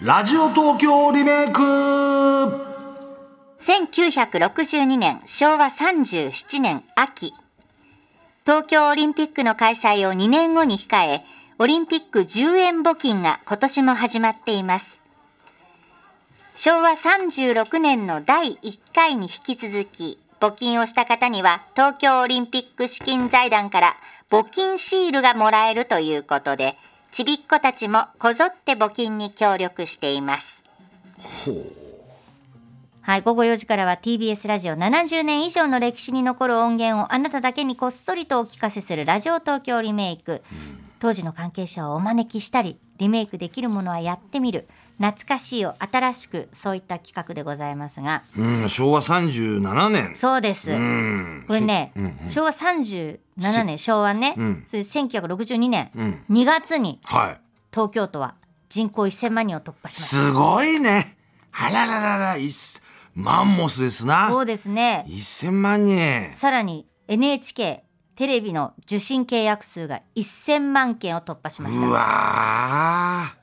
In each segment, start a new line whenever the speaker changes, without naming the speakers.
ラジオ東京リメイク
1962年昭和37年秋東京オリンピックの開催を2年後に控えオリンピック10円募金が今年も始まっています昭和36年の第1回に引き続き募金をした方には東京オリンピック資金財団から募金シールがもらえるということでちびっ子たちもこぞって募金に協力していますはい、午後4時からは TBS ラジオ70年以上の歴史に残る音源をあなただけにこっそりとお聞かせするラジオ東京リメイク。当時の関係者をお招きしたり、リメイクできるものはやってみる、懐かしいを新しく、そういった企画でございますが、
うん昭和37年
そうです。
うん
これね、昭和37年、昭和ね、
ん
それ1962年、
ん
2月に
はい
東京都は人口1000万人を突破しました。
すごいねあららららいっすマンモスです
そ
な
うですね。
1000万人
さらに NHK テレビの受信契約数が1000万件を突破しまし
う
た。
わー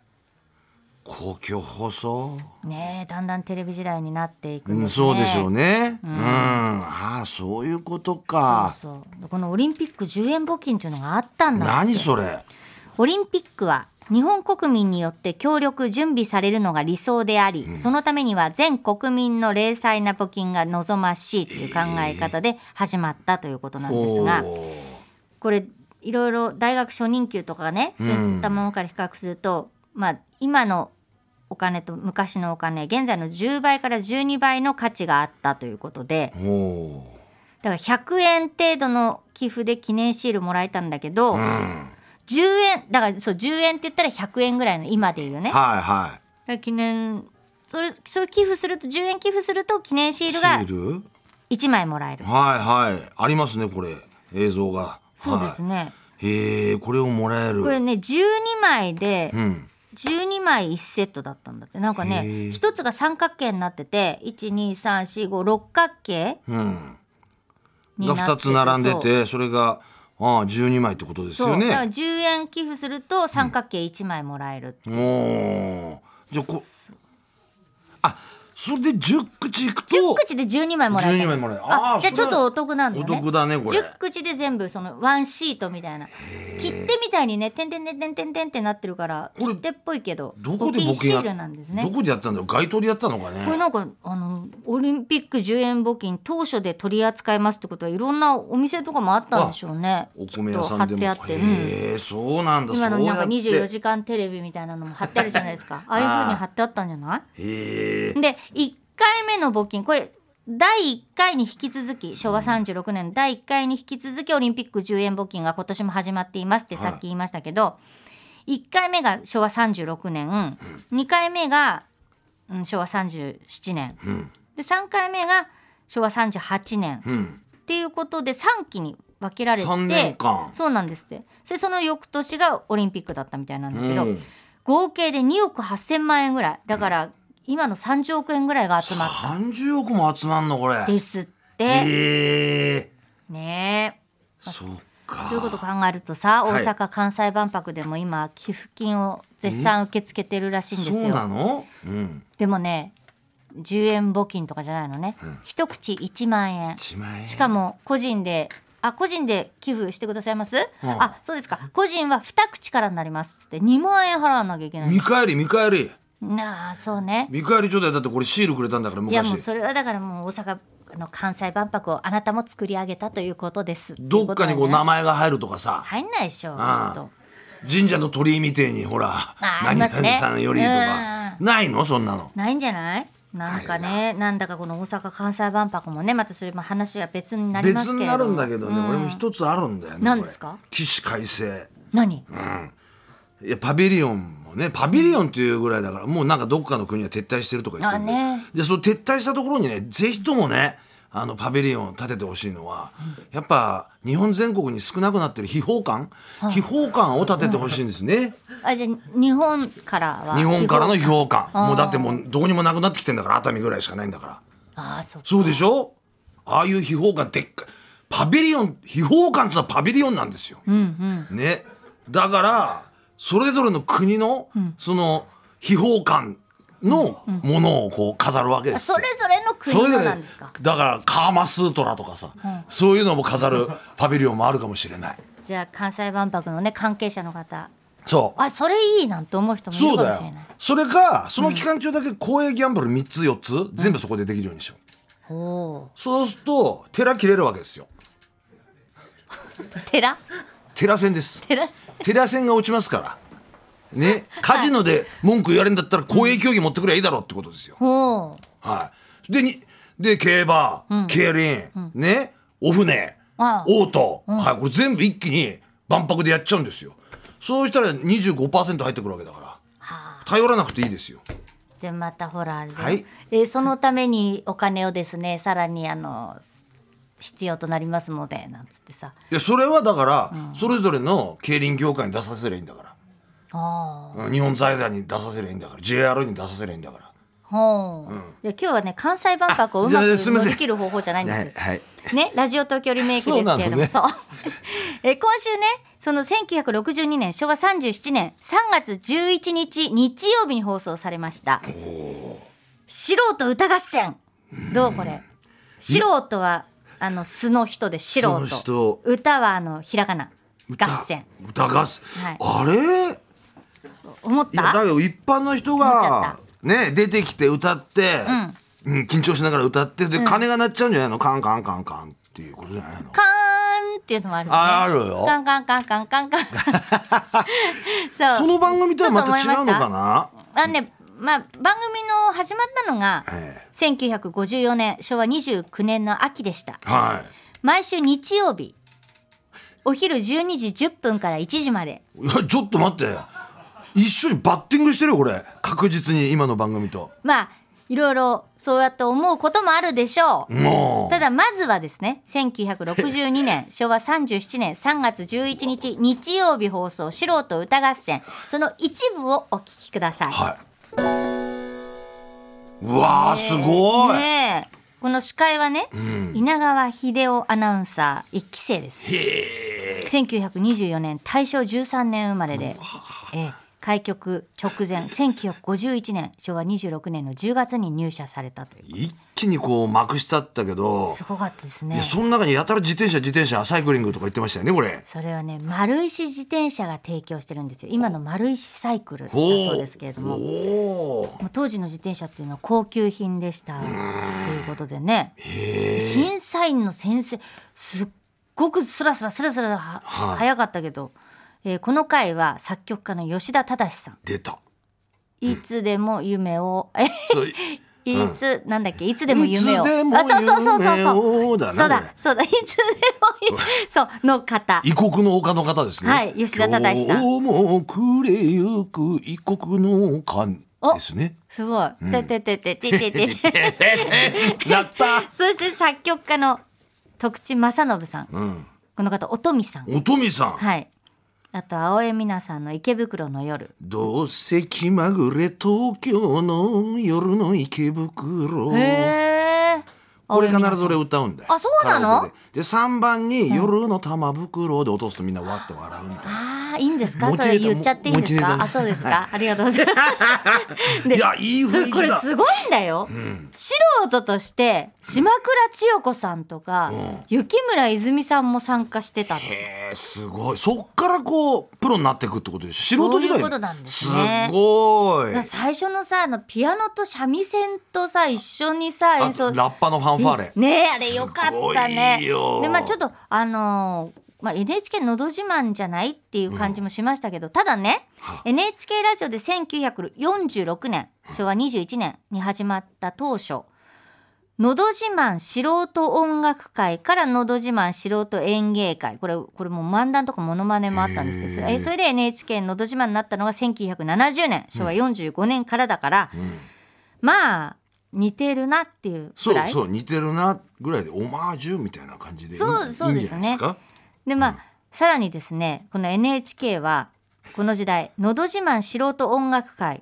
公共放送、
ねえ、だんだんテレビ時代になっていく
うんん
ですね。
そうでしょうねうん、ああそういうことか
そうそうこのオリンピック10円募金というのがあったんだって
何それ
オリンピックは日本国民によって協力準備されるのが理想であり、そのためには全国民の零細な募金が望ましいという考え方で始まったということなんですが、
おー
これいろいろ大学初任給とかねそういったものから比較すると、まあ今のお金と昔のお金現在の10倍から12倍の価値があったということで
お
だから100円程度の寄付で記念シールもらえたんだけど、
ーうん
10円だからそう10円って言ったら100円ぐらいの今で言うね。だか
はいは
ら記念それそれ寄付すると10円寄付すると記念シー
い
ルが
シール
1枚もらえる。
はいはいありますねこれ映像が
そうですね、
はい、へえこれをもらえる
これね12枚で、
うん
12枚1セットだったんだってなんか
へ
ね
ー
一つが三角形になってて12345角形
うん
にな
が
って
2つ並んで
そう
てそれがああ12枚ってことです
そう
よ
だから
ね
10円寄付すると三角形1枚もらえる、
おおーじゃあこあそれで10口いくと
10口で12枚もらえる
12枚もらえる
あ
あー
じゃあちょっ
それは
とお得なんだね
お得だねこれ
10口で全部そのワンシートみたいな切手みたいにねてんてんてんてんてんてんってなってるから
これ
切手っぽいけど
どこで
募金
募金
シ
や
ールなんですね
どこでやったんだろう街頭でやったのか
これ
ね
なんかあのオリンピック10円募金当初で取り扱いますってことはいろんなお店とかもあったんでしょうね
お米屋さんでも
きっと貼ってあって、うん
へえそうなんだ
今の
そう
なん
や
か
って
24時間テレビみたいなのも貼ってあるじゃないで すかああいう風に貼ってあったんじゃな
へえ
いで1回目の募金これ第1回に引き続き昭和36年の第1回に引き続きオリンピック10円募金が今年も始まっていますってさっき言いましたけど、1回目が昭和36年2回目が、うん、昭和37年、
うん
で3回目が昭和38年、っ
うん
ていうことで3期に分けられて
三年間
そうなんですってそれその翌年がオリンピックだったみたいなんだけど、
うん
合計で2億8,000万円ぐらいだから今の30億円ぐらいが集まっ
30億も集まんのこれ
たんですって、
へえ
ねえ
そっか
そういうこと考えるとさ
は
大
い
阪・関西万博でも今寄付金を絶賛受け付けてるらしいんです
そうな
よ
のうん
でもね10円募金とかじゃないのね、一口1万円
1万円
しかも個人であ個人で寄付してくださいます、
ん
あそうですか個人は2口からになりますって2万円払わなきゃいけない
見返り見返り
なあそうね
見返りちょうだいだってこれシールくれたんだから
いやもう
昔
それはだからもう大阪の関西万博をあなたも作り上げたということです
どっかにこう名
名
前が入るとかさ
入んないでしょう
ああ
と
神社の鳥居みてえにほら
あ
何
りま
々
すね
さんよりとかないのそんなの
ないんじゃないなんかねなんだかこの大阪・関西万博もねまたそれも話は別になりま
別
すけ
に
れ
な
ど
る
も
んだけどね俺も一つあるんだよね
何
これ
ですか
起死回生
何
いやパビリオンもねパビリオンっていうぐらいだからもうなんかどっかの国は撤退してるとか言ってるんで,、
あね
でその撤退したところにねぜひともねあのパビリオンを建ててほしいのは、やっぱ日本全国に少なくなってる秘宝館、秘宝館を建ててほしいんですね、
あじゃあ日本からは
日本からの秘宝館
ー
もうだってもうどこにもなくなってきてんだから熱海ぐらいしかないんだから
ああそっか
そうでしょああいう秘宝館でっかいパビリオン秘宝館ってのはパビリオンなんですよ、ねだからそれぞれの国の、その秘宝館のものをこう飾るわけですよ
それぞれの国のなんですか
それぞれだからカーマスートラとかさ、そういうのも飾 るパビリオンもあるかもしれない
じゃあ関西万博のね関係者の方
そう
あそれいいなんて思う人もい
そ
る
う
かも
だ
し
よ
れない
それかその期間中だけ公営ギャンブル3つ4つ、全部そこでできるようにしよう
おお
そうすると寺切れるわけですよ
ー寺
寺線です
寺
寺線が落ちますからねカジノで文句言われるんだったら公営競技持ってくりゃいいだろうってことですよ
おー
はい。で、に、で、競馬、競輪、ね、お船、
ああ
オート、はい、これ全部一気に万博でやっちゃうんですよ。そうしたら25%入ってくるわけだから、
はあ
頼らなくていいですよ。
でまたほらあれだよ
はい
えーそのためにお金をですね さらにあの必要となりますのでなんつってさ
いや、それはだから、それぞれの競輪業界に出させりゃいいんだか
あ
ら、うん日本財団に出させりゃいいんだから、JR に出させりゃいいんだから。
あほう、いや今日はね関西万博をうまく
じゃあすいま
乗
せん
り切る方法じゃないんですよ
はい、はい。
ね、ラジオ東京リメイクですけれども、
そ
そ,、
う
え今週ね、その1962年、昭和37年3月11日日曜日に放送されました。素人歌合戦。どうこれ。素人はあの素の人で素人。
素の人
歌はあのひらがな。合戦。
歌合戦。
は
あ
い
れ
思っ
いやだ
た
け？ど一般の人
思っちゃ
がね出てきて歌って、うん緊張しながら歌ってで鐘が鳴っちゃうんじゃないの、カンカンカンカンっていうことじゃないの
カーンっていうのもあるしね。
ああるよ
カンカンカンカン カンカン。そう
その番組とはまた違
ちょっと
う
思い
の
まし
か
た
な
あのね、まあ、番組の始まったのが、
ええ
1954年昭和29年の秋でした
は
毎週日曜日お昼12時10分から1時まで
いいやちょっと待って一緒にバッティングしてるよこれ確実に今の番組と
まあいろいろそうやって思うこともあるでしょう
もう
ただまずはですね1962年 昭和37年3月11日日曜日放送「素人歌合戦」その一部をお聞きください。
はいうわあすごい、
ねえこの司会はね、稲川秀夫アナウンサー一期生です
へえ
1924年大正13年生まれで、ええ開局直前1951年昭和26年の10月に入社されたという
一気にこうまくしたったけど
すごかったです
い
ね
やその中にやたら自転車自転車サイクリングとか言ってましたよねこれ
それはね丸石自転車が提供してるんですよ今の丸石サイクルだそうですけれどもも
おー
う当時の自転車っていうのは高級品でしたということでね審査員の先生すっごくスラスラスラスラは、
はい
早かったけど、えーこの回は作曲家の吉田忠さん
出た
いつでも夢を、え
そうい
いつ、なんだっけ、いつでも
いつ
夢を。
でも
あ、そうそうそうそうそう。
夢をだな
そ
こ
う
れ
だ、そうだ、いつで もい、そう、の 方。
異国の丘の方ですね
はい吉田忠さん
今日も暮れゆく異国の丘
お
ですね
すごい。てててててててて。
なっ た
そして作曲家の徳地正信さん。
うん
この方、音美さん。
おとみさん、
はい。あと、青江美奈さんの池袋の夜。
どうせ気まぐれ東京の夜の池袋
へえ。
これ必ず
俺。
俺歌うんだよ
あそうなの
カラオケでで3番に「夜の玉袋」で落とすとみんなわって笑うみたいな
ああ、いいんですか
持ち
そ
ネタ
れ言っちゃっていいんで
持ち
すか
ネタです
あ、そうですか。ありがとうございます。で
いやいい 雰囲
こ
気
れ
だ
すごいんだよ、素人として島倉千代子さんとか、
ん
雪村泉さんも参加してたの
へえすごいそっからこうプロになっていくってことでしょ素人時代
そういうことなんですね
すごい
なんか最初のさあのピアノと三味線とさ一緒にさ
あ
演奏
ラッパのファンファーレ
ねえあれよかったね
すごいよ
でまあちょっとあのーまあ、NHK のど自慢じゃないっていう感じもしましたけど、ただね NHK ラジオで1946年昭和21年に始まった当初「のど自慢素人音楽会」から「のど自慢素人演芸会」これこれもう漫談とかモノマネもあったんですけど
へー
えそれで NHK「のど自慢」になったのが1970年昭和45年からだから、まあ似てるなっていう
そ
く
う
らい。
そう似てるなぐらいでオマージュみたいな感じでいい
そうそう
いい
ですね
んじゃないですか
でまあ、さらにですねこの NHK はこの時代「のど自慢素人音楽会」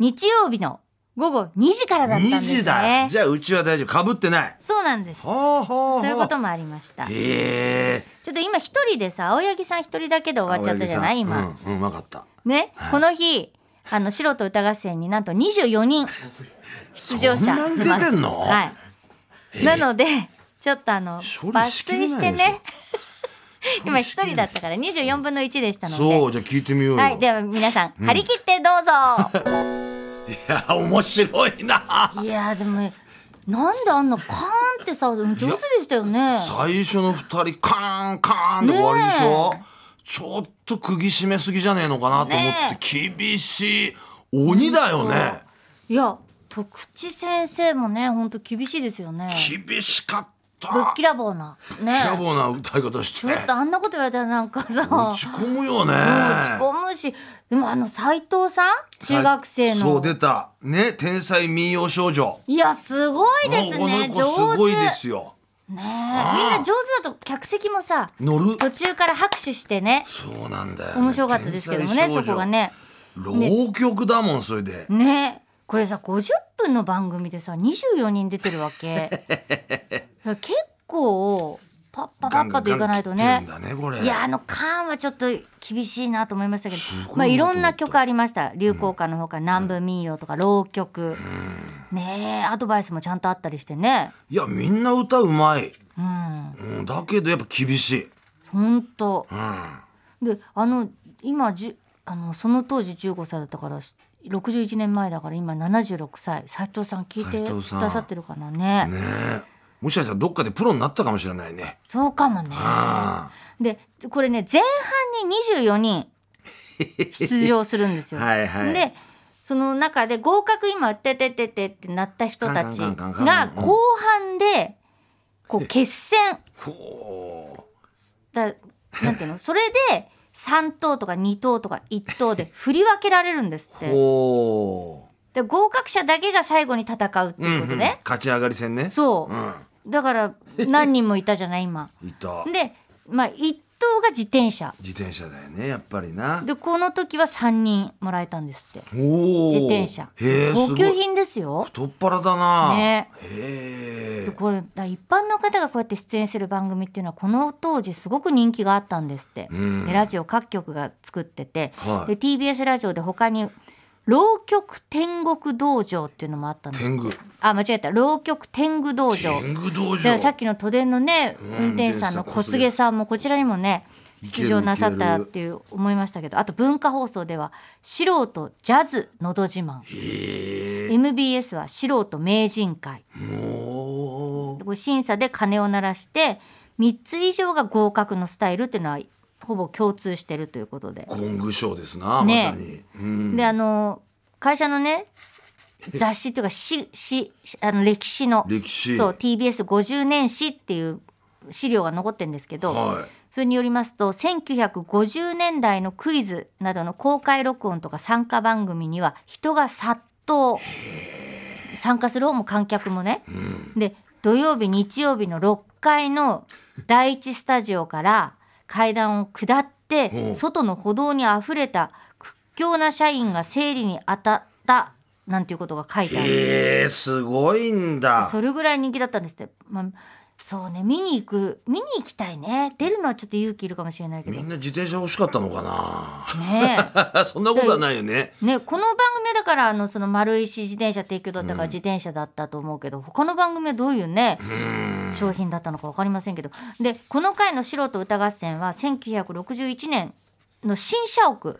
日曜日の午後2時からだったんで
2
すね
時だじゃあうちは大丈夫かぶってない
そうなんです
はあはあはあ
そういうこともありましたち
へえ
ょっと今一人でさ青柳さん一人だけで終わっちゃったじゃない今、
うんうんわかった
ねこの日あの素人歌合戦になんと24人出場者
そんなに出てんの
いますはい、なのでちょっとあの
処
抜
理しきれないで
粋
しょ
してね 今一人だったから24分の1でしたので
そうじゃあ聞いてみようよ、
はい、
い
では皆さん、張り切ってどう
や面白いな
ぞ いやーでもなんであんなカーンってさ上手でしたよね
最初の二人カーンカーンで終わりでしょ、
ね
ちょっと釘締めすぎじゃねえのかなと思
ね
って、厳しい鬼だよね
いや徳地先生もねほんと厳しいですよね
厳しかった
ぶっきらぼうなね
キラボーな歌い方し
ち
て
ょっとあんなこと言われたらなんかさ
落ち込むよね
落ち込むしでもあの斎藤さん中学生
そう
の
出たね天才民謡少女
いやすごいです
もう
ね
この子
上
す
手
ごい
ね
ですよ
えみんな上手だと客席もさ
乗る
途中から拍手してね
そうなんだよね、
面白かったですけどもね
天才少
そ
女
こがね
浪曲だもんそれで、
ねえこれさ50分の番組でさ24人出てるわ け結構パッパパッパといかないと
ガ
ね
ンガン切ってんだねこれ
いやあのカーンはちょっと厳しいなと思いましたけ
ごいな
ど、
と
まあ、いろん
思っ
な
た
曲ありました流行歌のほか南部民謡とか浪曲、ねえアドバイスもちゃんとあったりしてね
いやみんな歌うまい、
うん
うん、だけどやっぱ厳しい、
本当
うん、
であの今じゅあのその当時15歳だったからし61年前だから今76歳斉藤さん聞いて
斉藤さん
くださってるかなね
ねえもしかしたらどっかでプロになったかもしれないね
そうかもね
あ
でこれね前半に24人 出場するんですよ。
はいはい
でその中で合格今ててててってなった人たち
カンカンカンカ
が
ンカンうん
後半でこう決戦
ほ
だなんていうのそれで3等とか2等とか1等で振り分けられるんです っ
う
て。
ほ
で合格者だけが最後に戦うって
う、
いうこと
うん
ね、
勝ち上がり戦ね、
そうだから何人もいたじゃない今
ん、いた
でまあ1等が自転車
自転車だよねやっぱりな
でこの時は3人もらえたんですって
おお
自転車
へえすご
高級
い
品ですよ
太っ腹だな
ね
へ
で
え
これだ一般の方がこうやって出演する番組っていうのはこの当時すごく人気があったんですって、
うん
でラジオ各局が作ってて、
はい
で TBS ラジオで他に浪曲天国道場っていうのもあったんです
天狗
あ間違えた浪曲天狗道場
天狗道
だから
場
さっきの都電のね
ん
運転手さんの小菅さんもこちらにもね
いける
出場なさったっていう思いましたけどあと文化放送では素人ジャズのど自慢
へえ
MBS は素人名人会
もう
これ審査で鐘を鳴らして3つ以上が合格のスタイルっていうのはほぼ共通してるということで
コングショーですな、
ね
まさに、うん、
であの会社のね雑誌というかししあの歴史の
歴史
そう TBS50 年史っていう資料が残ってるんですけど、
はい
それによりますと1950年代のクイズなどの公開録音とか参加番組には人が殺到参加する方も観客もね、で土曜日日曜日の6階の第一スタジオから階段を下っ
お
て
う
外の歩道にあふれた屈強な社員が生理に当たったなんていうことが書いてある。
へえすごいんだ
それぐらい人気だったんですって、まあ、そうね見に行く見に行きたいね出るのはちょっと勇気いるかもしれないけど
み
ね
んな自転車欲しかったのか
え
な そんなことはないよね
ねこの番組はだからあのその丸石自転車提供だったから自転車だったと思うけど、他の番組はどういうね商品だったのか分かりませんけどでこの回の「素人歌合戦」は1961年の新社屋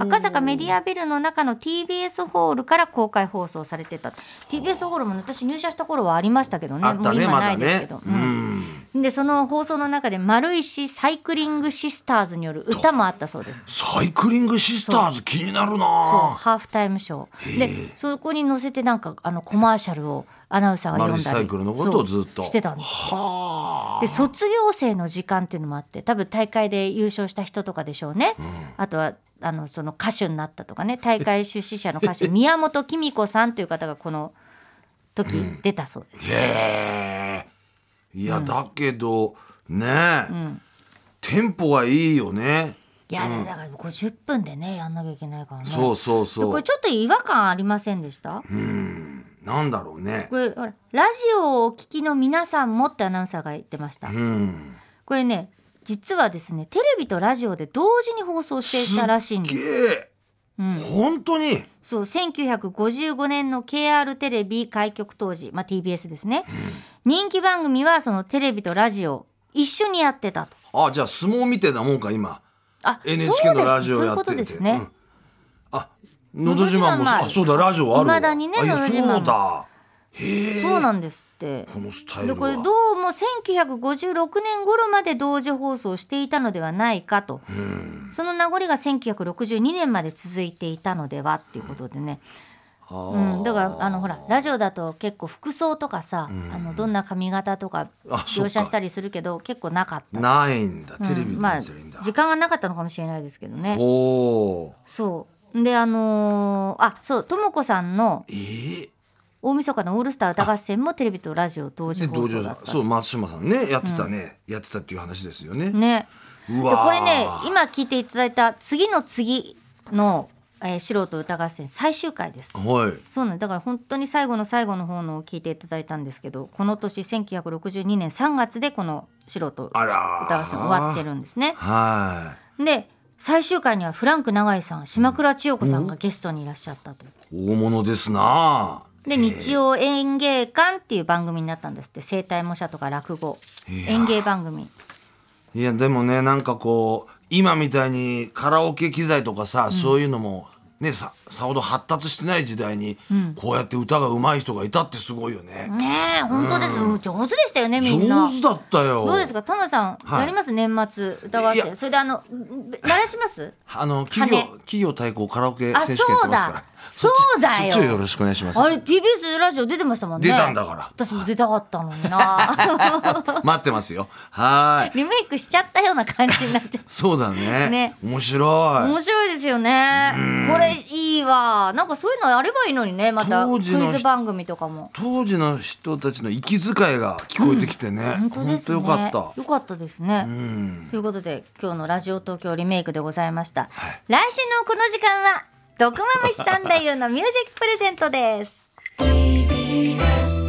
赤坂メディアビルの中の TBS ホールから公開放送されてた TBS ホールも私入社した頃はありましたけどね
あった
もう
ね
今
ま
ない
だ
です
ね
けど、
う
うん
ん
でその放送の中で丸石サイクリングシスターズによる歌もあったそうです。
サイクリングシスターズ気になる
そう
な
ハーフタイムショーでそこに載せてなんかあのコマーシャルをアナウンサーが読
マ
んだ
ルチサイ
り
クルのことをずっと
そうしてたんです
はあ
で卒業生の時間っていうのもあって多分大会で優勝した人とかでしょうね、あとはあのその歌手になったとかね大会出資者の 歌手宮本紀美子さんという方がこの時出たそうです、
へえいや、だけどねえ、テンポがいいよね
いやだから50分でねやんなきゃいけないからね
そうそうそ
こ
う
れちょっと違和感ありませんでした
なんだろうね
これほらラジオをお聞きの皆さんもってアナウンサーが言ってました、
うん
これね実はですねテレビとラジオで同時に放送していたらしいんです
すっげえ
うん、
本当に
そう1955年の KR テレビ開局当時、まあ、TBS ですね、人気番組はそのテレビとラジオ一緒にやってたと
あじゃあ相撲みたいなもんか今
あ
NHK のラジオやって
そうで
て
すそういうことですね、
うんあのど自慢も
のど自慢もある
あそうだラジオあるわ
未だにね
あいや
のど自慢も
そうだへえ
そうなんですって
このスタイル
で
は
これどうも1956年頃まで同時放送していたのではないかと、その名残が1962年まで続いていたのではっていうことでね、
あー
うん、だからあのほらラジオだと結構服装とかさ、あのどんな髪型とか
あそっか
描写したりするけど結構なかった。
ないんだテレビで
うん
見
まあ
てるんだ、
時間がなかったのかもしれないですけどね。
おー
そうであのーあそうともこさんの
えー
大晦日のオールスター歌合戦もテレビとラジオ同時
で道
放送
場
だ
さん
った
そ。う松島さんねやってたね、やってたっていう話ですよね
ね。
う
で
わー
これね今聞いていただいた次の次の、えー素人歌合戦最終回です。
はい
そうなんですだから本当に最後の最後の方のを聞いていただいたんですけどこの年1962年3月でこの「素人
あ
歌
らー
合戦」終わってるんですね。
は
で最終回にはフランク永井さん島倉千代子さんがゲストにいらっしゃったと。
い大物ですな
で日曜演芸館っていう番組になったんですって声帯模写とか落語演芸番組
いやでもねなんかこう今みたいにカラオケ機材とかさ、そういうのもねささほど発達してない時代に、こうやって歌が上手い人がいたってすごいよね、
ねえ本当です、うん上手でしたよねみんな
上手だったよ
どうですか、タマさん、
はい
やります年末歌合
いや
戦。それであの、ん鳴らします。
あの企業
羽
企業対抗カラオケ
あ
選手権やってますから
そうだ
っち
そうだよ
そっちをよろしくお願いします
あれ、TBS ラジオ出てましたもんね。
出たんだから
私も出たかったのに な。
待ってますよはーい
リメイクしちゃったような感じになって。
そうだね
ね
面白い
面白いですよね。これいいわ。なんかそういうのやればいいのにね、またク
当
イ
時の
ズ番組とかも。
当時の人たちの息遣いが聞こえてきてね、
本当ですね。
ほんとよかった
よかったですね。
うん
ということで今日のラジオ東京リメイクでございました、来週のこの時間は毒まむし三太夫のミュージックプレゼントです
TBS